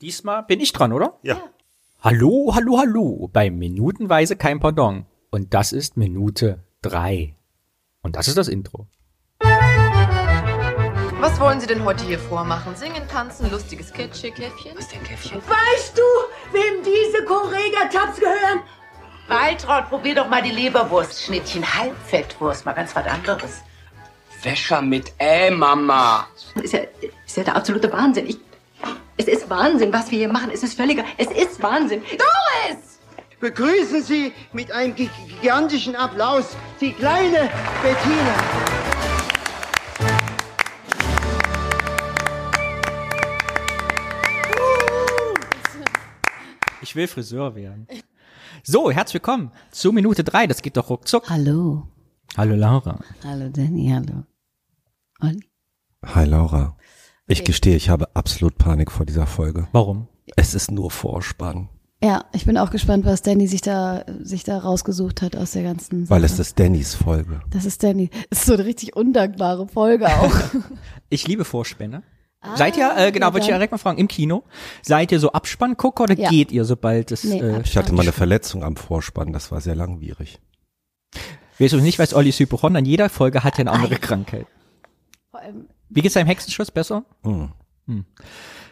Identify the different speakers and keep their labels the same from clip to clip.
Speaker 1: Diesmal bin ich dran, oder?
Speaker 2: Ja.
Speaker 1: Hallo, hallo, hallo bei Minutenweise kein Pardon. Und das ist Minute drei. Und das ist das Intro.
Speaker 3: Was wollen Sie denn heute hier vormachen? Singen, tanzen, lustiges Kitschig, Käffchen?
Speaker 4: Was denn, Käffchen?
Speaker 5: Weißt du, wem diese Korega-Tabs gehören?
Speaker 6: Waltraud, probier doch mal die Leberwurstschnittchen. Halbfettwurst, mal ganz was anderes.
Speaker 4: Wäscher mit Ä, Mama.
Speaker 7: Ist ja, ist ja der absolute Wahnsinn. Ich, es ist Wahnsinn, was wir hier machen. Es ist völliger. Es ist Wahnsinn. Doris!
Speaker 8: Begrüßen Sie mit einem gi- gigantischen Applaus die kleine Bettina.
Speaker 1: Ich will Friseur werden. So, herzlich willkommen zu Minute drei. Das geht doch ruckzuck.
Speaker 9: Hallo.
Speaker 1: Hallo, Laura.
Speaker 9: Hallo Danny, hallo. Olli.
Speaker 10: Hi Laura. Ich gestehe, ich habe absolut Panik vor dieser Folge.
Speaker 1: Warum?
Speaker 10: Es ist nur Vorspann,
Speaker 9: Ja, ich bin auch gespannt, was Danny sich da, sich da rausgesucht hat aus der ganzen Sache.
Speaker 10: weil es ist Dannys Folge.
Speaker 9: Das ist Danny. Das ist so eine richtig undankbare Folge auch.
Speaker 1: Ich liebe Vorspänne. seid ihr, äh, genau,
Speaker 9: Ah, ja,
Speaker 1: wollte ich ja
Speaker 9: dann-
Speaker 1: direkt mal fragen, im Kino, seid ihr so Abspanngucker oder
Speaker 9: Ja.
Speaker 1: geht ihr, sobald es,
Speaker 9: Nee,
Speaker 1: äh,
Speaker 9: Abspann.
Speaker 10: Ich hatte mal eine Verletzung am Vorspann, das war sehr langwierig.
Speaker 1: weißt du nicht, weiß Olli ist Hypochon, an jeder Folge hat er eine andere Krankheit.
Speaker 9: Vor allem,
Speaker 1: Wie geht's deinem Hexenschuss besser?
Speaker 10: Hm.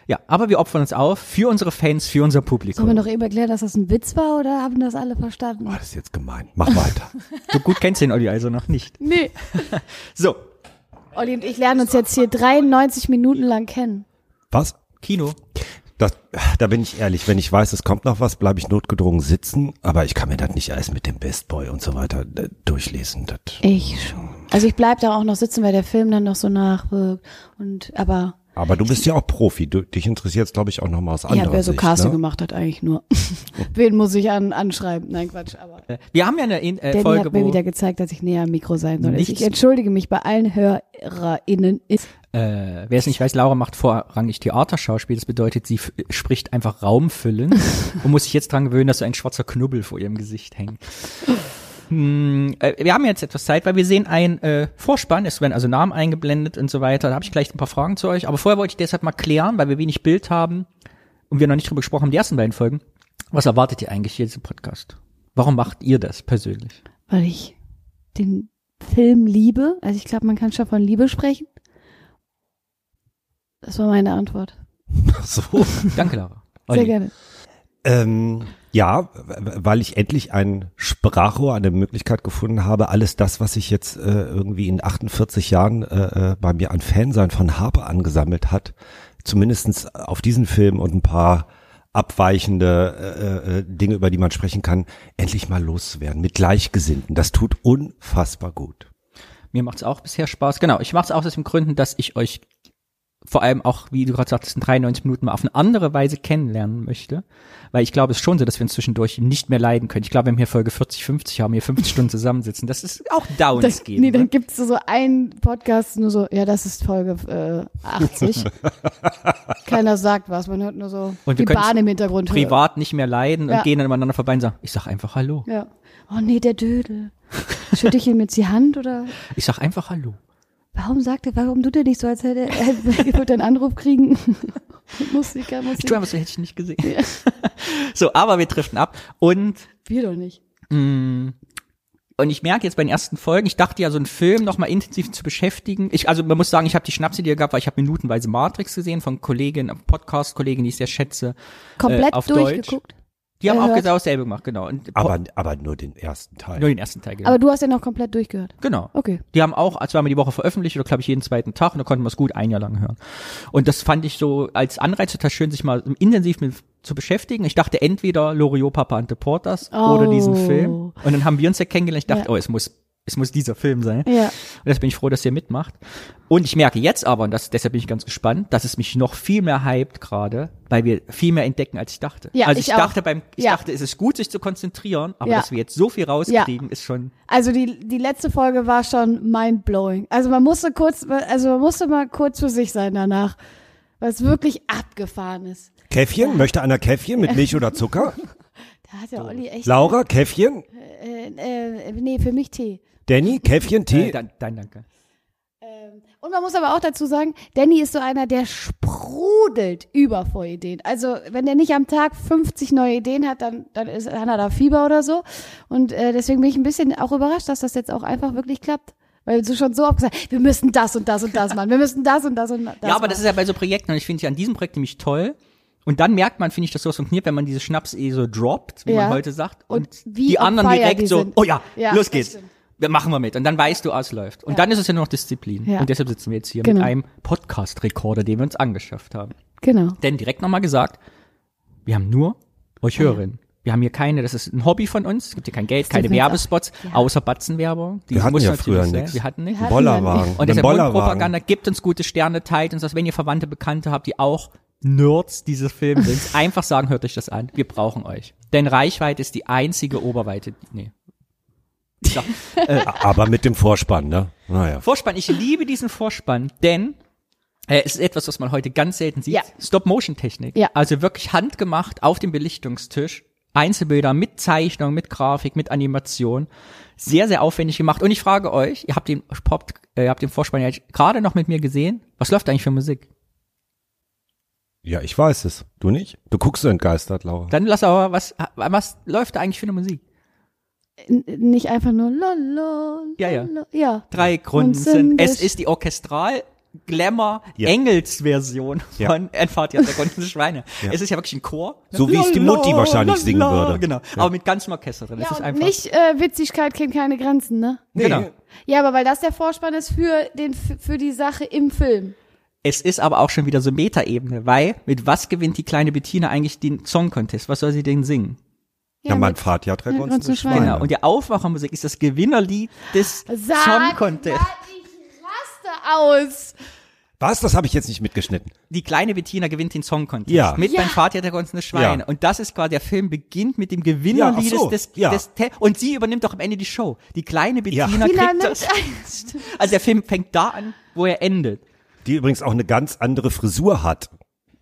Speaker 1: Ja, aber wir opfern uns auf für unsere Fans, für unser
Speaker 9: sollen wir
Speaker 1: Publikum.
Speaker 9: noch eben erklären, dass das ein Witz war oder haben das alle verstanden?
Speaker 10: Boah, das ist jetzt gemein. Mach weiter.
Speaker 1: Du gut kennst den Olli also noch nicht.
Speaker 9: Nee.
Speaker 1: So,
Speaker 9: Olli und ich lernen uns jetzt hier 93 Minuten lang kennen.
Speaker 10: Was?
Speaker 1: Kino.
Speaker 10: Das, da bin ich ehrlich, wenn ich weiß, es kommt noch was, bleibe ich notgedrungen sitzen, aber ich kann mir das nicht alles mit dem Best Boy und so weiter äh, durchlesen. Das,
Speaker 9: Ich schon. Also ich bleib da auch noch sitzen, weil der Film dann noch so nachwirkt. Und aber
Speaker 10: aber du bist ja auch Profi, du, dich interessiert glaube ich, auch nochmal aus
Speaker 9: ja,
Speaker 10: anderer
Speaker 9: wer so
Speaker 10: Sicht.
Speaker 9: Casting
Speaker 10: ne?
Speaker 9: gemacht hat, eigentlich nur. Wen muss ich an, anschreiben? Nein, Quatsch, aber.
Speaker 1: Wir haben ja eine In- äh,
Speaker 9: Danny
Speaker 1: Folge,
Speaker 9: hat mir
Speaker 1: wo,
Speaker 9: wieder gezeigt, dass ich näher am Mikro sein soll. Also
Speaker 1: Nichts-
Speaker 9: Ich entschuldige mich bei allen HörerInnen.
Speaker 1: äh, wer es nicht weiß, Laura macht vorrangig Theaterschauspiel. Das bedeutet, sie f- spricht einfach Raum füllen und muss sich jetzt dran gewöhnen, dass so ein schwarzer Knubbel vor ihrem Gesicht hängt. Hm, äh, wir haben jetzt etwas Zeit, weil wir sehen ein äh, Vorspann, es werden also Namen eingeblendet und so weiter. Da habe ich gleich ein paar Fragen zu euch. Aber vorher wollte ich deshalb mal klären, weil wir wenig Bild haben und wir noch nicht drüber gesprochen haben, die ersten beiden Folgen. Was erwartet ihr eigentlich hier im Podcast? Warum macht ihr das persönlich?
Speaker 9: Weil ich den Film liebe. Also ich glaube, man kann schon von Liebe sprechen. Das war meine Antwort.
Speaker 10: So.
Speaker 1: Danke, Laura.
Speaker 9: Sehr
Speaker 1: Olli.
Speaker 9: gerne.
Speaker 10: Ähm, ja, w- weil ich endlich ein Sprachrohr, eine Möglichkeit gefunden habe, alles das, was sich jetzt äh, irgendwie in 48 Jahren äh, äh, bei mir an Fansein von Harpe angesammelt hat, zumindestens auf diesen Film und ein paar abweichende äh, äh, Dinge, über die man sprechen kann, endlich mal loszuwerden mit Gleichgesinnten. Das tut unfassbar gut.
Speaker 1: Mir macht's auch bisher Spaß. Genau, ich mach's auch aus dem Gründen, dass ich euch vor allem auch, wie du gerade sagtest, in 93 Minuten mal auf eine andere Weise kennenlernen möchte. Weil ich glaube, es ist schon so, dass wir uns zwischendurch nicht mehr leiden können. Ich glaube, wenn wir hier Folge 40, 50 haben, hier 50 Stunden zusammensitzen, das ist auch Downs
Speaker 9: Das,
Speaker 1: geben.
Speaker 9: nee, dann
Speaker 1: ne?
Speaker 9: gibt's so einen Podcast, nur so, ja, das ist Folge äh, 80. Keiner sagt was, man hört nur so
Speaker 1: Und wir
Speaker 9: die
Speaker 1: können's
Speaker 9: Bahn im Hintergrund. hören.
Speaker 1: Privat nicht mehr leiden
Speaker 9: Ja.
Speaker 1: und gehen dann miteinander vorbei und sagen, ich sag einfach Hallo.
Speaker 9: Ja. Oh nee, der Dödel. Schütte ich ihm jetzt die Hand oder
Speaker 1: Ich sag einfach Hallo.
Speaker 9: Warum sagt er, warum tut er nicht so, als hätte er, er würde einen Anruf kriegen? Musiker,
Speaker 1: Ich tue
Speaker 9: Musiker.
Speaker 1: einfach so, hätte ich nicht gesehen. so, aber wir driften ab und
Speaker 9: Wir doch nicht.
Speaker 1: Und ich merke jetzt bei den ersten Folgen, ich dachte ja, so einen Film nochmal intensiv zu beschäftigen. Ich, also man muss sagen, ich habe die Schnapsidee gehabt, weil ich habe minutenweise Matrix gesehen von Kollegin, Podcast-Kollegin, die ich sehr schätze.
Speaker 9: Komplett
Speaker 1: Äh, auf
Speaker 9: durchgeguckt.
Speaker 1: Die haben auch
Speaker 9: Gehört.
Speaker 1: genau dasselbe gemacht, genau. Und
Speaker 10: Aber, aber nur den ersten Teil.
Speaker 1: nur den ersten Teil, genau.
Speaker 9: Aber du hast ja noch komplett durchgehört.
Speaker 1: genau.
Speaker 9: Okay.
Speaker 1: Die haben auch zweimal die Woche veröffentlicht oder glaube ich jeden zweiten Tag und da konnten wir es gut ein Jahr lang hören. Und das fand ich so als Anreiz total schön, sich mal intensiv mit zu beschäftigen. Ich dachte entweder Loriot Papa and the Porters oder
Speaker 9: Oh.
Speaker 1: diesen Film. Und dann haben wir uns ja kennengelernt. Ich dachte,
Speaker 9: Ja.
Speaker 1: oh, es muss, es muss dieser Film sein.
Speaker 9: Ja.
Speaker 1: Und das bin ich froh, dass ihr mitmacht. Und ich merke jetzt aber, und das, deshalb bin ich ganz gespannt, dass es mich noch viel mehr hypt gerade, weil wir viel mehr entdecken, als ich dachte.
Speaker 9: Ja,
Speaker 1: also
Speaker 9: ich
Speaker 1: ich,
Speaker 9: auch.
Speaker 1: dachte beim, ich
Speaker 9: Ja.
Speaker 1: dachte, es ist gut, sich zu konzentrieren, aber
Speaker 9: Ja.
Speaker 1: dass wir jetzt so viel rauskriegen, ist schon,
Speaker 9: Also die, die letzte Folge war schon mind-blowing. Also man musste kurz, also man musste mal kurz für sich sein danach, weil es wirklich abgefahren ist.
Speaker 10: Käffchen? Möchte einer Käffchen mit Milch oder Zucker?
Speaker 9: Da hat ja Olli echt.
Speaker 10: Laura, Käffchen?
Speaker 9: Äh, äh, nee, für mich Tee.
Speaker 10: Danny, Käffchen, Tee?
Speaker 1: äh, dein, dein äh, Danke.
Speaker 9: Ähm, Und man muss aber auch dazu sagen, Danny ist so einer, der sprudelt über vor Ideen. Also wenn der nicht am Tag 50 neue Ideen hat, dann, dann ist, hat er da Fieber oder so. Und äh, deswegen bin ich ein bisschen auch überrascht, dass das jetzt auch einfach wirklich klappt. Weil du schon so oft gesagt hast, wir müssen das und das und das machen, wir müssen das und das und das
Speaker 1: ja, aber das
Speaker 9: machen.
Speaker 1: ist ja bei so Projekten und ich finde ja an diesem Projekt nämlich toll. Und dann merkt man, finde ich, dass sowas funktioniert, wenn man diese Schnaps eh so droppt, wie
Speaker 9: Ja.
Speaker 1: man heute sagt, und,
Speaker 9: Und wie
Speaker 1: die
Speaker 9: on
Speaker 1: anderen
Speaker 9: fire
Speaker 1: direkt
Speaker 9: die
Speaker 1: so,
Speaker 9: sind.
Speaker 1: oh ja,
Speaker 9: Ja,
Speaker 1: los
Speaker 9: das
Speaker 1: geht's.
Speaker 9: stimmt.
Speaker 1: Wir machen wir mit. Und dann weißt du, ah, es läuft. Und dann ist es ja nur noch Disziplin.
Speaker 9: Ja.
Speaker 1: Und deshalb sitzen wir jetzt hier
Speaker 9: Genau.
Speaker 1: mit einem Podcast-Rekorder, den wir uns angeschafft haben.
Speaker 9: Genau.
Speaker 1: Denn direkt nochmal gesagt, wir haben nur euch Hörerinnen. Wir haben hier keine, das ist ein Hobby von uns. Es gibt hier kein Geld, keine
Speaker 9: dürfen wir uns
Speaker 1: Werbespots, außer Batzenwerbung. Die
Speaker 10: Wir hatten
Speaker 1: muss
Speaker 10: ja
Speaker 1: natürlich
Speaker 10: früher
Speaker 1: sein.
Speaker 10: nix.
Speaker 1: Wir hatten nichts.
Speaker 9: hatten
Speaker 10: Bollerwagen.
Speaker 1: Und
Speaker 10: Mit dem
Speaker 1: deshalb
Speaker 10: Bollerwagen.
Speaker 1: Mundpropaganda, gibt uns gute Sterne, teilt uns das, wenn ihr Verwandte, Bekannte habt, die auch Nerds dieses Films sind. Einfach sagen, hört euch das an. Wir brauchen euch. Denn Reichweite ist die einzige Oberweite. Nee. Ja.
Speaker 10: Aber mit dem Vorspann, ne? Naja.
Speaker 1: Vorspann, ich liebe diesen Vorspann, denn äh, es ist etwas, was man heute ganz selten sieht.
Speaker 9: Ja.
Speaker 1: Stop-Motion-Technik.
Speaker 9: Ja.
Speaker 1: Also wirklich handgemacht auf dem Belichtungstisch. Einzelbilder mit Zeichnung, mit Grafik, mit Animation. Sehr, sehr aufwendig gemacht. Und ich frage euch, ihr habt den, Pop, äh, ihr habt den Vorspann ja gerade noch mit mir gesehen. Was läuft eigentlich für Musik?
Speaker 10: Ja, ich weiß es. Du nicht? Du guckst so entgeistert, Laura.
Speaker 1: Dann lass aber, was, was läuft da eigentlich für eine Musik?
Speaker 9: N nicht einfach nur lolo.
Speaker 1: Ja, ja.
Speaker 9: lolo, ja.
Speaker 1: Drei Gründe sind, es ist die Orchestral Glamour
Speaker 10: Ja.
Speaker 1: Engels Version
Speaker 10: Ja.
Speaker 1: von Entfahrt der Goldenen Schweine.
Speaker 10: Ja.
Speaker 1: Es ist ja wirklich ein Chor. ne?
Speaker 10: So wie es die Mutti wahrscheinlich singen würde.
Speaker 1: Genau. Aber mit ganzem Orchester drin.
Speaker 9: Ja,
Speaker 1: es ist
Speaker 9: und
Speaker 1: einfach.
Speaker 9: nicht äh, Witzigkeit kennt keine Grenzen, ne?
Speaker 1: genau.
Speaker 9: Ja, aber weil das der Vorspann ist für den für die Sache im Film.
Speaker 1: Es ist aber auch schon wieder so Metaebene, weil mit was gewinnt die kleine Bettina eigentlich den Song Contest? Was soll sie denn singen?
Speaker 10: Ja, man fahrt ja drei
Speaker 9: Ja,
Speaker 10: Gonzen
Speaker 9: Gonzen
Speaker 10: Schweine.
Speaker 9: Schweine.
Speaker 1: Genau. Und die Aufwachermusik ist das Gewinnerlied des
Speaker 9: Sag
Speaker 1: Song Contest.
Speaker 9: mal, ich raste aus.
Speaker 10: Was? Das habe ich jetzt nicht mitgeschnitten.
Speaker 1: die kleine Bettina gewinnt den Song Contest
Speaker 10: Ja.
Speaker 1: mit
Speaker 9: Ja.
Speaker 1: mein Vater der goldene Schweine
Speaker 10: Ja.
Speaker 1: und das ist quasi der Film beginnt mit dem Gewinnerlied
Speaker 10: Ja, ach so.
Speaker 1: des,
Speaker 10: Ja.
Speaker 1: des Te und sie übernimmt auch am Ende die Show die kleine
Speaker 10: Ja.
Speaker 1: Bettina
Speaker 9: Tina
Speaker 1: kriegt
Speaker 9: nimmt
Speaker 1: das also der Film fängt da an wo er endet
Speaker 10: Die übrigens auch eine ganz andere Frisur hat.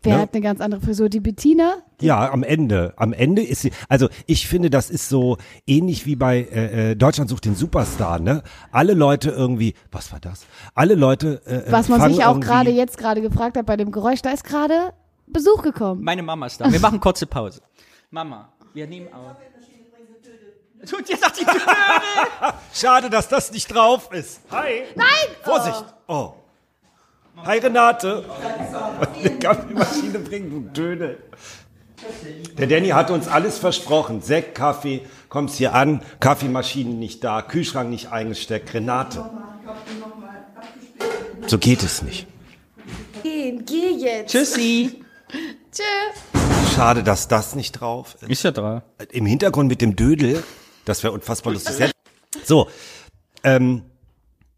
Speaker 9: Wer
Speaker 10: Ne?
Speaker 9: hat eine ganz andere Frisur? Die Bettina?
Speaker 10: Ja, am Ende. Am Ende ist sie. Also ich finde, das ist so ähnlich wie bei äh, äh, Deutschland sucht den Superstar. Ne, alle Leute irgendwie. Was war das? Alle Leute. Äh, äh,
Speaker 9: Was man
Speaker 10: fangen
Speaker 9: sich auch
Speaker 10: irgendwie-
Speaker 9: gerade jetzt gerade gefragt hat bei dem Geräusch, da ist gerade Besuch gekommen.
Speaker 1: meine Mama ist da wir machen kurze Pause Mama wir nehmen auf tut jetzt auch die Tür
Speaker 10: Schade, dass das nicht drauf ist. Hi. Nein. Vorsicht. Oh. Hi Renate. Die Kaffeemaschine bringt du Dödel. Der Danny hat uns alles versprochen. Sekt, Kaffee, kommst hier an, Kaffeemaschine nicht da, Kühlschrank nicht eingesteckt, Renate. So geht es nicht.
Speaker 9: Gehen, geh jetzt.
Speaker 1: tschüssi
Speaker 9: Tschüss.
Speaker 10: Schade, dass das nicht drauf ist.
Speaker 1: ist ja da
Speaker 10: Im Hintergrund mit dem Dödel, das wäre unfassbar lustig. So, ähm,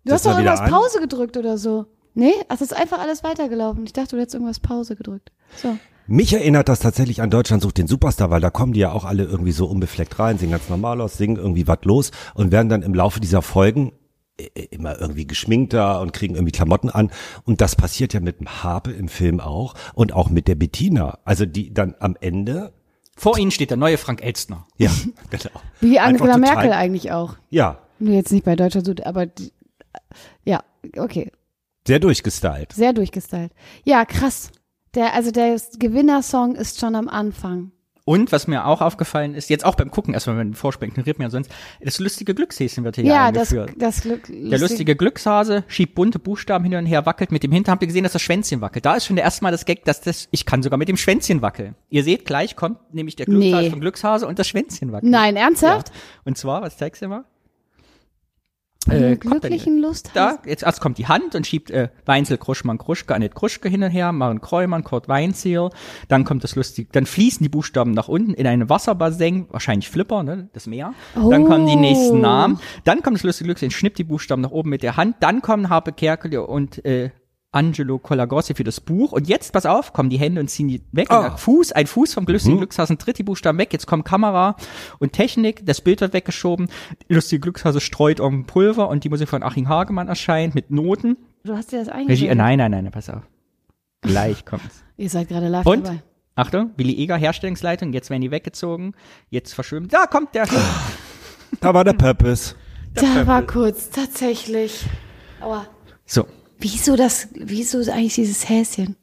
Speaker 9: Du hast
Speaker 10: Setz mal
Speaker 9: doch
Speaker 10: wieder
Speaker 9: irgendwas
Speaker 10: an.
Speaker 9: Pause gedrückt oder so. Nee, ach, es ist einfach alles weitergelaufen. Ich dachte, du hättest irgendwas Pause gedrückt. So.
Speaker 10: Mich erinnert das tatsächlich an Deutschland sucht den Superstar, weil da kommen die ja auch alle irgendwie so unbefleckt rein, sehen ganz normal aus, singen irgendwie was los und werden dann im Laufe dieser Folgen äh, immer irgendwie geschminkter und kriegen irgendwie Klamotten an. Und das passiert ja mit dem Habe im Film auch und auch mit der Bettina. Also die dann am Ende,
Speaker 1: vor ihnen steht der neue Frank Elstner
Speaker 10: ja, genau.
Speaker 9: Wie Angela
Speaker 10: Einfach total-
Speaker 9: Merkel eigentlich auch.
Speaker 10: Ja,
Speaker 9: Nur jetzt nicht bei Deutscher Sud, aber die, ja, okay,
Speaker 10: sehr durchgestylt.
Speaker 9: sehr durchgestylt. Ja, krass. Der, also der Gewinnersong ist schon am Anfang.
Speaker 1: Und was mir auch aufgefallen ist, jetzt auch beim Gucken, erstmal wenn man Vorspann ignoriert mir ja sonst, das lustige Glückshäschen wird hier
Speaker 9: Ja, das,
Speaker 1: eingeführt.
Speaker 9: das Glück.
Speaker 1: Der lustige Glückshase schiebt bunte Buchstaben hin und her, wackelt mit dem Hintern. Habt ihr gesehen, dass das Schwänzchen wackelt? Da ist schon der erste Mal das Gag, dass das, ich kann sogar mit dem Schwänzchen wackeln. Ihr seht, gleich kommt nämlich der Glückshase
Speaker 9: Nee.
Speaker 1: vom Glückshase und das Schwänzchen wackelt.
Speaker 9: Nein, ernsthaft?
Speaker 1: Und zwar, was zeigst du mal?
Speaker 9: Ja,
Speaker 1: kommt denn
Speaker 9: glücklichen Lust.
Speaker 1: Äh, da, jetzt erst kommt die Hand und schiebt äh, Weinzel, Kruschmann, Kruschke, Annette Kruschke hin und her, Maren Kräumann, Kurt Weinzel, dann kommt das lustig, dann fließen die Buchstaben nach unten in einen Wasserbassin, wahrscheinlich Flipper, ne, das Meer, dann kommen die nächsten
Speaker 9: Oh.
Speaker 1: Namen, dann kommt das lustige Glück, schnippt die Buchstaben nach oben mit der Hand, dann kommen Harpe Kerkel und äh, Angelo Colagossi für das Buch und jetzt, pass auf, kommen die Hände und ziehen die weg. Und
Speaker 10: Ah.
Speaker 1: der Fuß, ein Fuß vom Glückshasen, Glückshasen tritt die Buchstaben weg, jetzt kommen Kamera und Technik, das Bild wird weggeschoben, lustige Glückshase streut um Pulver und die Musik von Achim Hagemann erscheint mit Noten.
Speaker 9: Du hast dir das
Speaker 1: Regie, äh,
Speaker 9: eingeschrieben.
Speaker 1: nein, nein, nein, pass auf. Gleich kommt's.
Speaker 9: Ihr seid gerade live
Speaker 1: Und?
Speaker 9: dabei.
Speaker 1: Achtung, Billy Eger, Herstellungsleitung, jetzt werden die weggezogen, jetzt verschwimmt, da kommt der,
Speaker 10: Da war der Purpose.
Speaker 9: Da war kurz, tatsächlich. Aua.
Speaker 1: So.
Speaker 9: Wieso das, wieso eigentlich dieses Häschen?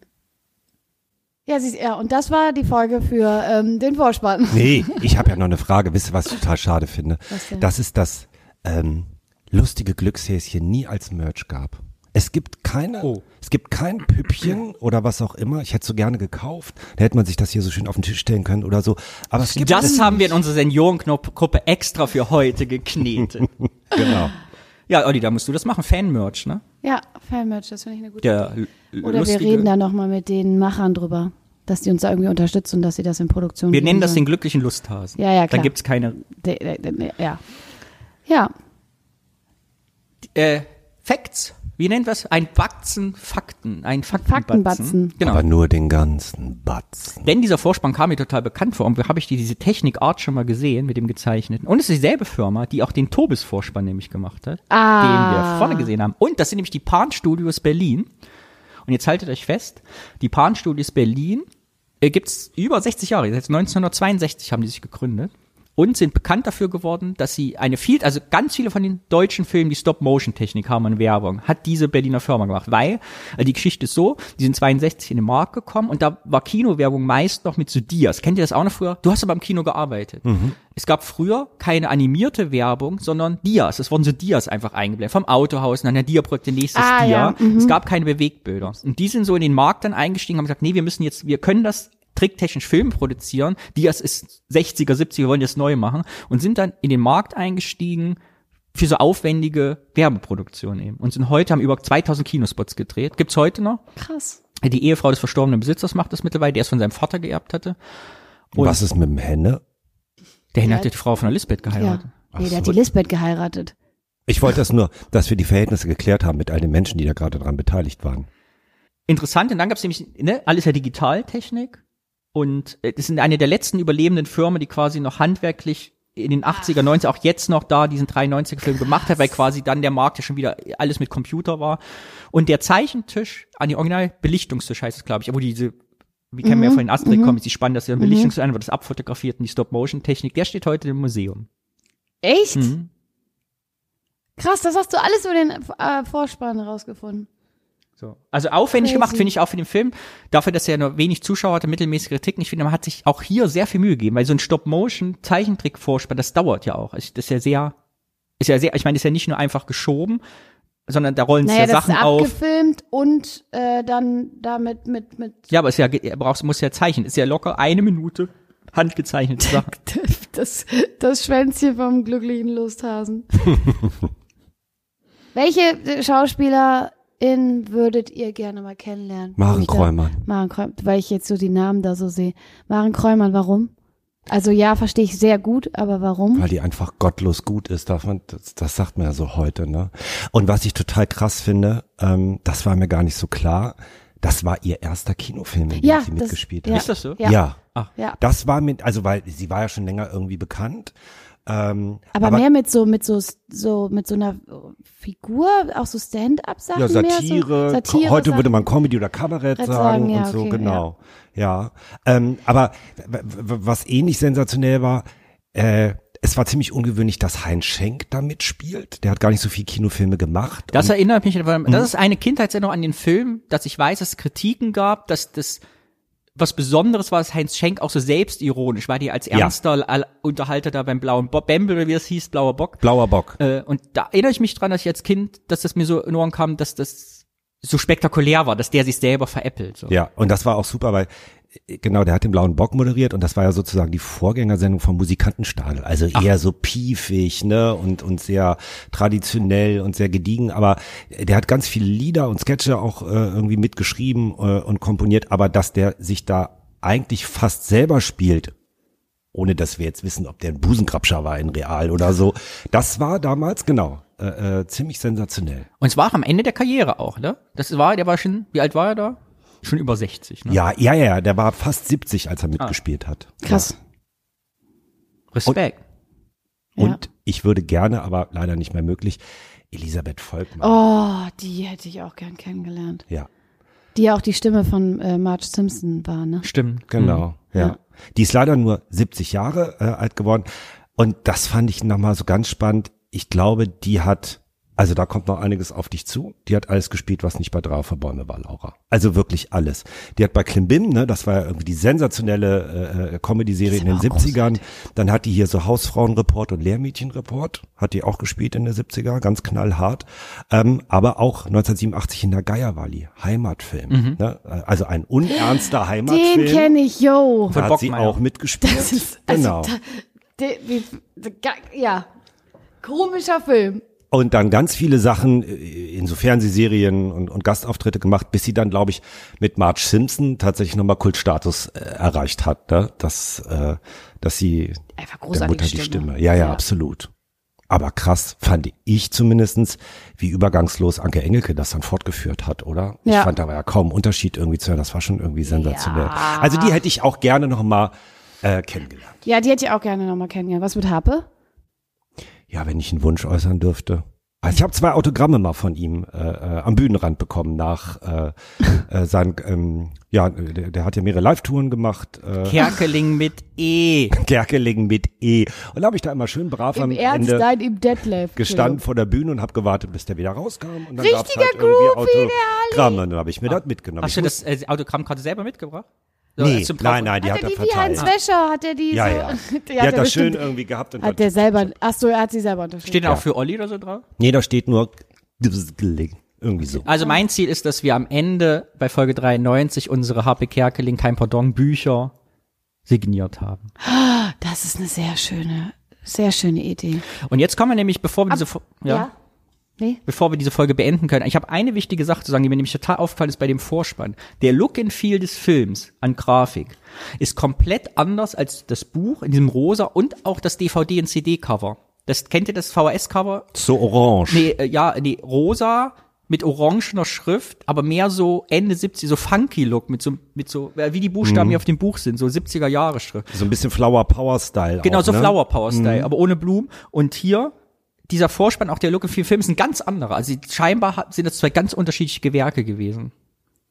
Speaker 9: Ja, sie, ja, und das war die Folge für ähm, den Vorspann.
Speaker 10: Nee, ich habe ja noch eine Frage. Wisst ihr, was ich total schade finde?
Speaker 9: Was denn?
Speaker 10: Dass es das ähm, lustige Glückshäschen nie als Merch gab. Es gibt keine,
Speaker 1: Oh.
Speaker 10: es gibt kein Püppchen oder was auch immer. Ich hätte es so gerne gekauft. Da hätte man sich das hier so schön auf den Tisch stellen können oder so. Aber es gibt
Speaker 1: Das
Speaker 10: es
Speaker 1: haben wir in unserer Seniorengruppe extra für heute geknetet.
Speaker 10: Genau.
Speaker 1: ja, Olli, da musst du das machen. Fan-Merch, ne?
Speaker 9: Ja, Fanmerch, das finde ich eine gute
Speaker 1: Der l-
Speaker 9: Oder
Speaker 1: lustige,
Speaker 9: wir reden da nochmal mit den Machern drüber, dass die uns da irgendwie unterstützen, dass sie das in Produktion
Speaker 1: Wir
Speaker 9: geben
Speaker 1: nennen das den
Speaker 9: sollen.
Speaker 1: glücklichen Lusthasen.
Speaker 9: Ja, ja, klar.
Speaker 1: Dann gibt's keine.
Speaker 9: De- de- de- Ja. Ja.
Speaker 1: Äh, Facts. Wie nennt was? Ein Batzen Fakten. Ein Faktenbatzen.
Speaker 9: Faktenbatzen.
Speaker 1: Genau.
Speaker 10: Aber nur den ganzen Batzen.
Speaker 1: Denn dieser Vorspann kam mir total bekannt vor. Und habe ich die, diese Technikart schon mal gesehen mit dem gezeichneten. Und es ist dieselbe Firma, die auch den Tobis-Vorspann nämlich gemacht hat.
Speaker 9: Ah.
Speaker 1: Den wir vorne gesehen haben. Und das sind nämlich die Pan Studios Berlin. Und jetzt haltet euch fest, die Pan Studios Berlin äh, gibt's über 60 Jahre. Seit 1962 haben die sich gegründet. Und sind bekannt dafür geworden, dass sie eine viel, also ganz viele von den deutschen Filmen, die Stop-Motion-Technik haben und Werbung, hat diese Berliner Firma gemacht. Weil, äh, die Geschichte ist so, die sind 62 in den Markt gekommen und da war Kinowerbung meist noch mit so Dias. Kennt ihr das auch noch früher? Du hast aber im Kino gearbeitet. Es gab früher keine animierte Werbung, sondern Dias. Es wurden so Dias einfach eingeblendet. Vom Autohaus, und dann der Dia-Projekt, der nächste
Speaker 9: Ah,
Speaker 1: Dia.
Speaker 9: ja.
Speaker 1: Es gab keine Bewegtbilder. Und die sind so in den Markt dann eingestiegen, haben gesagt, nee, wir müssen jetzt, wir können das tricktechnisch Film produzieren. Dias ist 60er, 70er, wir wollen das neu machen. Und sind dann in den Markt eingestiegen für so aufwendige Werbeproduktionen eben. Und sind heute, haben über 2000 Kinospots gedreht. Gibt's heute noch?
Speaker 9: Krass.
Speaker 1: Die Ehefrau des verstorbenen Besitzers macht das mittlerweile, der es von seinem Vater geerbt hatte. Und-
Speaker 10: Was ist mit dem Henne?
Speaker 1: Der Henry hat die Frau von der Lisbeth
Speaker 9: Ja.
Speaker 1: geheiratet.
Speaker 9: Nee, der
Speaker 10: Ach
Speaker 9: hat
Speaker 10: so.
Speaker 9: die Lisbeth geheiratet.
Speaker 10: Ich wollte das nur, dass wir die Verhältnisse geklärt haben mit all den Menschen, die da gerade dran beteiligt waren.
Speaker 1: interessant, und dann gab's nämlich, ne, alles ja Digitaltechnik. Und äh, das sind eine der letzten überlebenden Firmen, die quasi noch handwerklich in den 80er, 90er, auch jetzt noch da diesen 93er-Film gemacht hat, weil quasi dann der Markt ja schon wieder alles mit Computer war. Und der Zeichentisch, an die Original-Belichtungstisch heißt es, glaube ich, wo diese, wie kennen wir ja von den Asterix-Comics, die spannend, dass sie einen Belichtungstisch an, wo das abfotografiert und die Stop-Motion-Technik, der steht heute im Museum.
Speaker 9: Echt?
Speaker 1: Mhm.
Speaker 9: Krass, das hast du alles über den äh, Vorspann rausgefunden.
Speaker 1: So. Also aufwendig
Speaker 9: Crazy.
Speaker 1: gemacht, finde ich auch für den Film. Dafür, dass er nur wenig Zuschauer hatte, mittelmäßige Kritiken. Ich finde, man hat sich auch hier sehr viel Mühe gegeben, weil so ein Stop-Motion-Zeichentrick-Vorspann, das dauert ja auch. Also Das ist ja sehr, ist ja sehr, ich meine, das ist ja nicht nur einfach geschoben, sondern da rollen sich
Speaker 9: Naja,
Speaker 1: ja
Speaker 9: das
Speaker 1: Sachen
Speaker 9: ist
Speaker 1: auf.
Speaker 9: abgefilmt und äh, dann damit mit, mit.
Speaker 1: Ja, aber es ist ja, ge- er brauchst, muss ja zeichnen. Ist ja locker eine Minute handgezeichnete Sachen.
Speaker 9: Das, das Schwänzchen vom glücklichen Lusthasen. Welche äh, Schauspielerin würdet ihr gerne mal kennenlernen? Hab
Speaker 10: Maren
Speaker 9: ich da-
Speaker 10: Kräumann.
Speaker 9: Maren Kräumann, weil ich jetzt so die Namen da so sehe. Maren Kräumann, warum? Also ja, verstehe ich sehr gut, aber warum?
Speaker 10: Weil die einfach gottlos gut ist, darf man, das, das sagt man ja so heute, ne? Und was ich total krass finde, ähm, das war mir gar nicht so klar, das war ihr erster Kinofilm, in dem
Speaker 9: Ja,
Speaker 10: sie
Speaker 9: das-
Speaker 10: mitgespielt
Speaker 9: ja.
Speaker 10: hat.
Speaker 1: Ist das so?
Speaker 9: Ja.
Speaker 10: Ja.
Speaker 1: Ach.
Speaker 9: Ja.
Speaker 10: Das war mit, also weil sie war ja schon länger irgendwie bekannt. Ähm,
Speaker 9: Aber, mehr mit so mit so so mit so einer Figur, auch so Stand-up-Sachen
Speaker 10: ja,
Speaker 9: mehr,
Speaker 10: Satire,
Speaker 9: so Satire.
Speaker 10: heute würde
Speaker 9: Sachen.
Speaker 10: man Comedy oder Kabarett
Speaker 9: Kabarett
Speaker 10: sagen,
Speaker 9: sagen, ja,
Speaker 10: und so,
Speaker 9: okay,
Speaker 10: genau. Ja. Ähm, aber w- w- was ähnlich sensationell war, äh, es war ziemlich ungewöhnlich, dass Heinz Schenk da mitspielt. Der hat gar nicht so viel Kinofilme gemacht.
Speaker 1: Das
Speaker 10: und,
Speaker 1: erinnert mich, weil
Speaker 10: Mhm.
Speaker 1: das ist eine Kindheitserinnerung an den Film, dass ich weiß, dass es Kritiken gab, dass das was Besonderes war, dass Heinz Schenk auch so selbstironisch war, die als
Speaker 10: Ja.
Speaker 1: ernster Al- Unterhalter da beim blauen Bob, Bamble, oder wie es hieß, blauer Bock.
Speaker 10: Blauer Bock.
Speaker 1: Äh, und da erinnere ich mich dran, dass ich als Kind, dass das mir so in Ohren kam, dass das so spektakulär war, dass der sich selber veräppelt. So.
Speaker 10: Ja, und das war auch super, weil äh, genau, der hat den blauen Bock moderiert und das war ja sozusagen die Vorgängersendung von Musikantenstadel. Also eher so piefig, ne, und, und sehr traditionell und sehr gediegen, aber äh, der hat ganz viele Lieder und Sketche auch äh, irgendwie mitgeschrieben äh, und komponiert, aber dass der sich da eigentlich fast selber spielt, ohne dass wir jetzt wissen, ob der ein Busenkrabscher war in Real oder so, das war damals, genau, äh, äh, ziemlich sensationell.
Speaker 1: Und es war am Ende der Karriere auch, ne? Das war, der war schon, wie alt war er da? Schon über 60, ne?
Speaker 10: Ja, ja, ja, der war fast 70, als er mitgespielt hat.
Speaker 9: Krass.
Speaker 1: Respekt.
Speaker 9: Ja.
Speaker 10: Und ich würde gerne, aber leider nicht mehr möglich, Elisabeth Volkmann.
Speaker 9: Oh, die hätte ich auch gern kennengelernt.
Speaker 10: Ja,
Speaker 9: Die ja auch die Stimme von äh, Marge Simpson war, ne?
Speaker 1: Stimmt.
Speaker 10: genau. Ja. Die ist leider nur 70 Jahre äh, alt geworden. Und das fand ich nochmal so ganz spannend. Ich glaube, die hat Also da kommt noch einiges auf dich zu. Die hat alles gespielt, was nicht bei drei auf der Bäume war, Laura. Also wirklich alles. Die hat bei Klimbim, ne, das war ja irgendwie die sensationelle äh, Comedy-Serie in den 70ern. Dann hat die hier so Hausfrauenreport und Lehrmädchenreport, hat die auch gespielt in den 70er, ganz knallhart. Ähm, aber auch 1987 in der Geierwalli, Heimatfilm. Ne? Also ein unernster Heimatfilm.
Speaker 9: Den kenne ich, yo.
Speaker 10: Da hat sie
Speaker 1: Bockmeier.
Speaker 10: auch mitgespielt.
Speaker 9: Das ist, also,
Speaker 10: genau.
Speaker 9: da, de, wie, de, ga- ja. Komischer Film.
Speaker 10: Und dann ganz viele Sachen, äh, insofern sie Serien und, und Gastauftritte gemacht, bis sie dann, glaube ich, mit Marge Simpson tatsächlich nochmal Kultstatus äh, erreicht hat, ne? dass, äh, dass sie
Speaker 9: Einfach
Speaker 10: der
Speaker 9: großartige
Speaker 10: Mutter die Stimme. Ja, ja,
Speaker 9: Ja.
Speaker 10: absolut. Aber krass fand ich zumindestens, wie übergangslos Anke Engelke das dann fortgeführt hat, oder? Ich
Speaker 9: Ja.
Speaker 10: fand, da war ja kaum Unterschied irgendwie zu hören. Das war schon irgendwie sensationell. Also die hätte ich auch gerne nochmal äh, kennengelernt.
Speaker 9: Ja, die hätte ich auch gerne nochmal kennengelernt. Was mit Harpe?
Speaker 10: Ja, wenn ich einen Wunsch äußern dürfte. Also ich habe zwei Autogramme mal von ihm äh, äh, am Bühnenrand bekommen nach äh, äh, sein ähm, ja der, der hat ja mehrere Live-Touren gemacht äh,
Speaker 1: Kerkeling mit E.
Speaker 10: Kerkeling mit E und da habe ich da immer schön brav am
Speaker 9: Im Ernst,
Speaker 10: Ende
Speaker 9: nein, im Detlef.
Speaker 10: gestanden vor der Bühne und habe gewartet bis der wieder rauskam und dann
Speaker 9: Richtiger
Speaker 10: gab's halt irgendwie
Speaker 9: Groupie, der
Speaker 10: Autogramme und dann habe ich mir das
Speaker 1: Ah.
Speaker 10: mitgenommen
Speaker 1: Hast
Speaker 10: Ich
Speaker 1: du
Speaker 10: muss-
Speaker 1: das äh, Autogramm gerade selber mitgebracht? So, äh,
Speaker 10: nee,
Speaker 1: zum Kaufen?
Speaker 10: nein nein die
Speaker 9: Hat
Speaker 10: hat,
Speaker 9: er die
Speaker 10: er
Speaker 9: wie Heinz
Speaker 10: verteilt
Speaker 9: Wäscher? Hat er die
Speaker 10: ja
Speaker 9: so?
Speaker 10: ja die
Speaker 9: Die
Speaker 10: hat
Speaker 9: er
Speaker 10: das schön
Speaker 9: bestimmt-
Speaker 10: irgendwie gehabt und
Speaker 9: Hat
Speaker 10: dann-
Speaker 9: der selber, ach so, er hat sie selber unterschrieben.
Speaker 1: Steht da
Speaker 10: Ja.
Speaker 1: auch für Olli oder so drauf?
Speaker 10: nee da steht nur irgendwie so
Speaker 1: Also mein Ziel ist, dass wir am Ende bei Folge 93 unsere Harpe Kerkeling, kein Pardon, Bücher signiert haben.
Speaker 9: Das ist eine sehr schöne, sehr schöne Idee.
Speaker 1: Und jetzt kommen wir nämlich, bevor wir diese, Fo- ja,
Speaker 9: Nee?
Speaker 1: bevor wir diese Folge beenden können, ich habe eine wichtige Sache zu sagen, die mir nämlich total aufgefallen ist bei dem Vorspann. Der Look and Feel des Films an Grafik ist komplett anders als das Buch in diesem rosa und auch das DVD und CD Cover. Das kennt ihr das VHS Cover?
Speaker 10: so orange
Speaker 1: Nee, äh, ja, nee, rosa mit orangener Schrift, aber mehr so Ende 70 so funky Look mit so mit so äh, wie die Buchstaben
Speaker 10: Mhm.
Speaker 1: hier auf dem Buch sind, so 70er Jahre Schrift.
Speaker 10: So ein bisschen Flower Power Style.
Speaker 1: Genau,
Speaker 10: auch,
Speaker 1: so
Speaker 10: ne?
Speaker 1: Flower Power Style, aber ohne Blumen. Und hier, dieser Vorspann, auch der Look and Feel Film ist ein ganz anderer. Also sie- scheinbar hat- sind das zwei ganz unterschiedliche Gewerke gewesen.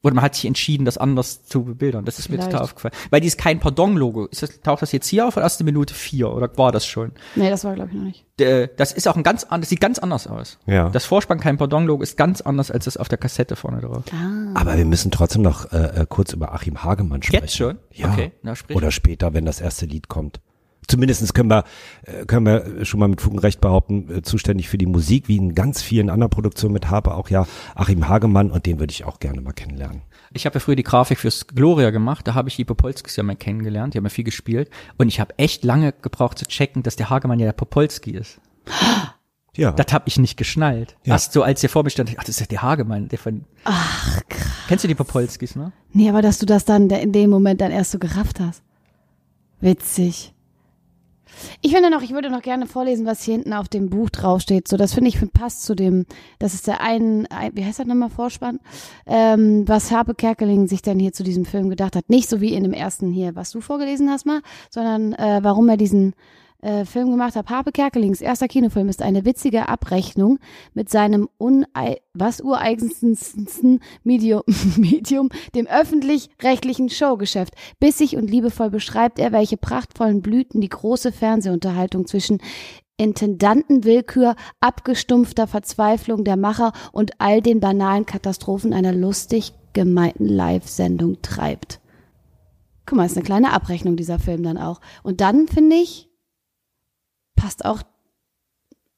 Speaker 1: Und man hat sich entschieden, das anders zu bebildern. Das ist mir total
Speaker 9: Vielleicht.
Speaker 1: aufgefallen. Weil dieses kein Pardon-Logo. Ist das, taucht das jetzt hier auf oder erste Minute vier? Oder war das schon?
Speaker 9: Nee, das war, glaube ich, noch nicht.
Speaker 1: D- Das ist auch ein ganz anderes, sieht ganz anders aus.
Speaker 10: Ja.
Speaker 1: Das Vorspann kein Pardon-Logo ist ganz anders als das auf der Kassette vorne drauf.
Speaker 10: Aber wir müssen trotzdem noch äh, äh, kurz über Achim Hagemann sprechen.
Speaker 1: Jetzt schon?
Speaker 10: Ja.
Speaker 1: Okay, na, sprich.
Speaker 10: Oder später, wenn das erste Lied kommt. Zumindestens können wir, äh, können wir schon mal mit Fug und Recht behaupten, äh, zuständig für die Musik, wie in ganz vielen anderen Produktionen mit Harpe auch ja, Achim Hagemann und den würde ich auch gerne mal kennenlernen.
Speaker 1: Ich habe ja früher die Grafik fürs Gloria gemacht, da habe ich die Popolskis ja mal kennengelernt, die haben ja viel gespielt. Und ich habe echt lange gebraucht zu checken, dass der Hagemann ja der Popolski ist.
Speaker 10: Ja.
Speaker 1: Das habe ich nicht geschnallt.
Speaker 10: Ja.
Speaker 1: Erst so, als der vor mir stand, ich, ach, das ist ja der Hagemann, der von. Ach, krass. Kennst du die Popolskis, ne?
Speaker 9: Nee, aber dass du das dann in dem Moment dann erst so gerafft hast. Witzig. Ich finde noch, ich würde noch gerne vorlesen, was hier hinten auf dem Buch draufsteht. So, das finde ich passt zu dem, das ist der einen, ein, wie heißt das nochmal, Vorspann? Ähm, was Harpe Kerkeling sich denn hier zu diesem Film gedacht hat. Nicht so wie in dem ersten hier, was du vorgelesen hast mal, sondern äh, warum er diesen äh, Film gemacht hat. Harpe Kerkelings erster Kinofilm ist eine witzige Abrechnung mit seinem unei was ureigensten Medium, Medium, dem öffentlich-rechtlichen Showgeschäft. Bissig und liebevoll beschreibt er, welche prachtvollen Blüten die große Fernsehunterhaltung zwischen Intendantenwillkür, abgestumpfter Verzweiflung der Macher und all den banalen Katastrophen einer lustig gemeinten Live-Sendung treibt. Guck mal, ist eine kleine Abrechnung dieser Film dann auch. Und dann finde ich, passt auch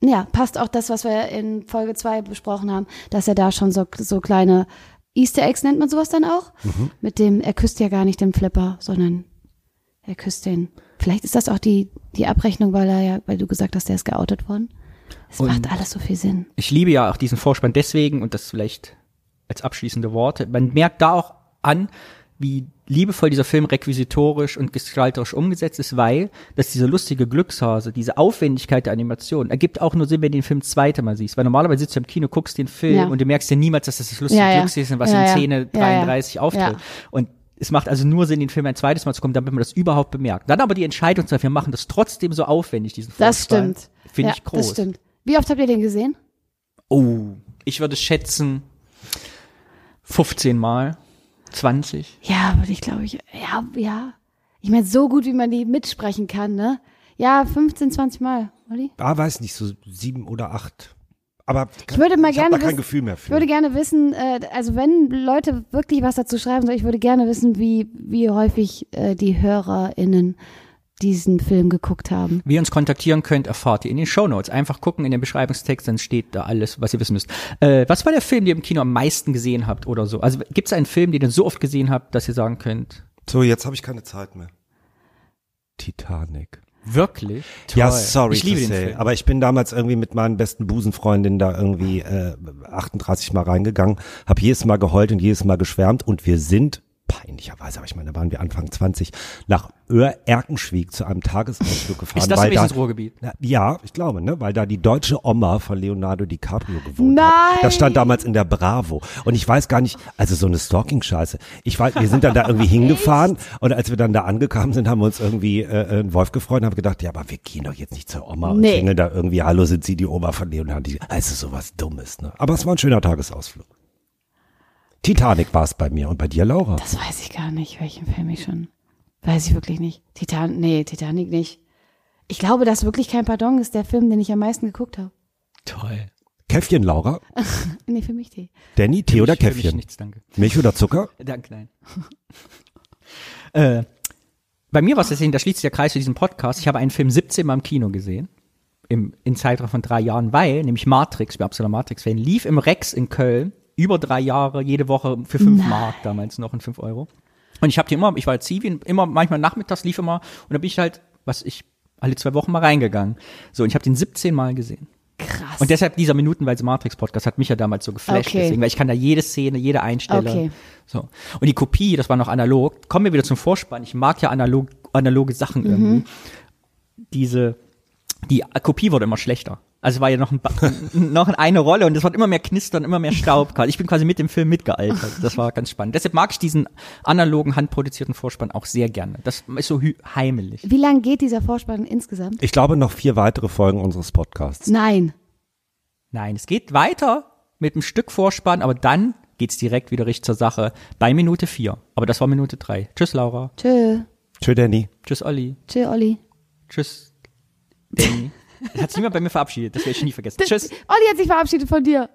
Speaker 9: ja, passt auch das, was wir in Folge 2 besprochen haben, dass er da schon so, so kleine Easter Eggs nennt man sowas dann auch.
Speaker 1: Mhm.
Speaker 9: Mit dem, er küsst ja gar nicht den Flipper, sondern er küsst den. Vielleicht ist das auch die, die Abrechnung, weil er ja, weil du gesagt hast, der ist geoutet worden. Es
Speaker 1: Und-
Speaker 9: macht alles so viel Sinn.
Speaker 1: ich liebe ja auch diesen Vorspann deswegen und das vielleicht als abschließende Worte. Man merkt da auch an, wie liebevoll dieser Film requisitorisch und gestalterisch umgesetzt ist, weil dass diese lustige Glückshase, diese Aufwendigkeit der Animation ergibt auch nur Sinn, wenn du den Film zweite Mal siehst. Weil normalerweise sitzt du im Kino, guckst den Film
Speaker 9: Ja.
Speaker 1: und du merkst ja niemals, dass das das lustige
Speaker 9: Ja, ja.
Speaker 1: Glückshase ist, was
Speaker 9: Ja,
Speaker 1: in
Speaker 9: ja.
Speaker 1: Szene
Speaker 9: Ja, ja.
Speaker 1: 33 auftritt.
Speaker 9: Ja.
Speaker 1: Und es macht also nur Sinn, den Film ein zweites Mal zu gucken, damit man das überhaupt bemerkt. Dann aber die Entscheidung zu treffen, wir machen das trotzdem so aufwendig, diesen Vorspann.
Speaker 9: Das stimmt.
Speaker 1: Finde
Speaker 9: ja,
Speaker 1: ich groß.
Speaker 9: Das stimmt. Wie oft habt ihr den gesehen?
Speaker 1: Oh, ich würde schätzen 15 Mal, 20.
Speaker 9: Ja, würde ich glaube ich, ja, ja. Ich meine, so gut, wie man die mitsprechen kann, ne? Ja, 15, 20 Mal, Olli.
Speaker 10: Ah, weiß nicht, so sieben oder acht. aber
Speaker 9: Ich würde mal
Speaker 10: hab
Speaker 9: gerne
Speaker 10: da kein
Speaker 9: wissen-
Speaker 10: Gefühl mehr
Speaker 9: Ich
Speaker 10: für.
Speaker 9: würde gerne wissen, äh, also wenn Leute wirklich was dazu schreiben sollen, ich würde gerne wissen, wie, wie häufig äh, die HörerInnen diesen Film geguckt haben.
Speaker 1: Wie ihr uns kontaktieren könnt, erfahrt ihr in den Shownotes. Einfach gucken in den Beschreibungstext, dann steht da alles, was ihr wissen müsst. Äh, was war der Film, den ihr im Kino am meisten gesehen habt oder so? Also gibt es einen Film, den ihr so oft gesehen habt, dass ihr sagen könnt,
Speaker 10: so, jetzt habe ich keine Zeit mehr. Titanic.
Speaker 1: wirklich?
Speaker 10: Ja,
Speaker 1: Toll.
Speaker 10: sorry
Speaker 1: Ich liebe
Speaker 10: to
Speaker 1: den
Speaker 10: say,
Speaker 1: Film.
Speaker 10: aber ich bin damals irgendwie mit meinen besten Busenfreundinnen da irgendwie äh, 38 Mal reingegangen, habe jedes Mal geheult und jedes Mal geschwärmt und wir sind peinlicherweise, aber ich meine, da waren wir Anfang 20, nach Öhr-Erkenschwieg zu einem Tagesausflug gefahren.
Speaker 1: Ist das
Speaker 10: weil
Speaker 1: ein bisschen
Speaker 10: da,
Speaker 1: das Ruhrgebiet?
Speaker 10: Na, ja, ich glaube, ne, weil da die deutsche Oma von Leonardo DiCaprio gewohnt hat. Das stand damals in der Bravo. Und ich weiß gar nicht, also so eine Stalking-Scheiße. Ich weiß, wir sind dann da irgendwie hingefahren und als wir dann da angekommen sind, haben wir uns irgendwie äh, einen Wolf gefreut und haben gedacht, ja, aber wir gehen doch jetzt nicht zur Oma und
Speaker 9: Nee.
Speaker 10: klingeln da irgendwie, hallo, sind Sie die Oma von Leonardo? Di- Also sowas Dummes, ne. Aber es war ein schöner Tagesausflug. Titanic war es bei mir und bei dir, Laura.
Speaker 9: Das weiß ich gar nicht, welchen Film ich schon. Weiß ich wirklich nicht. Titan, nee, Titanic nicht. Ich glaube, dass wirklich kein Pardon ist der Film, den ich am meisten geguckt habe.
Speaker 1: Toll.
Speaker 10: Käffchen, Laura.
Speaker 9: Nee, für mich die.
Speaker 10: Danny, Tee oder
Speaker 1: Ich- für mich
Speaker 10: Käffchen?
Speaker 1: Nichts, danke.
Speaker 10: Milch oder Zucker?
Speaker 1: Danke, nein. äh, bei mir war es deswegen, da schließt sich der Kreis zu diesem Podcast. Ich habe einen Film 17 Mal im Kino gesehen. Im, in Zeitraum von drei Jahren, weil, nämlich Matrix, ich bin absoluter Matrix-Fan, lief im Rex in Köln über drei Jahre, jede Woche für 5 Mark damals noch und 5 Euro. Und ich habe die immer, ich war als Zivi, immer, manchmal nachmittags lief immer, und da bin ich halt, was ich, alle zwei Wochen mal reingegangen. So, und ich habe den 17 Mal gesehen.
Speaker 9: Krass.
Speaker 1: Und deshalb dieser minutenweise Matrix-Podcast hat mich ja damals so geflasht,
Speaker 9: Okay.
Speaker 1: deswegen, weil ich kann da jede Szene, jede Einstelle.
Speaker 9: Okay.
Speaker 1: So. Und die Kopie, das war noch analog. Kommen wir wieder zum Vorspann. Ich mag ja analog, analoge Sachen
Speaker 9: Mhm.
Speaker 1: irgendwie. Diese, die Kopie wurde immer schlechter. Also war ja noch, ein, Ba- noch eine Rolle und es wurde immer mehr Knistern, immer mehr Staub. Ich bin quasi mit dem Film mitgealtert. Das war ganz spannend. Deshalb mag ich diesen analogen, handproduzierten Vorspann auch sehr gerne. Das ist so hü- heimelig.
Speaker 9: Wie lang geht dieser Vorspann insgesamt?
Speaker 10: Ich glaube, noch vier weitere Folgen unseres Podcasts.
Speaker 9: Nein.
Speaker 1: Nein, es geht weiter mit einem Stück Vorspann, aber dann geht's direkt wieder richtig zur Sache bei Minute 4. Aber das war Minute 3. Tschüss Laura,
Speaker 9: Tschö.
Speaker 10: Tschö, Danny.
Speaker 1: tschüss Olli,
Speaker 9: Tschö, Olli.
Speaker 1: tschüss Danny. Das hat sich niemand bei mir verabschiedet, das werde ich nie vergessen. Tschüss.
Speaker 9: Olli hat sich verabschiedet von dir.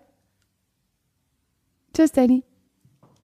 Speaker 9: Tschüss, Danny.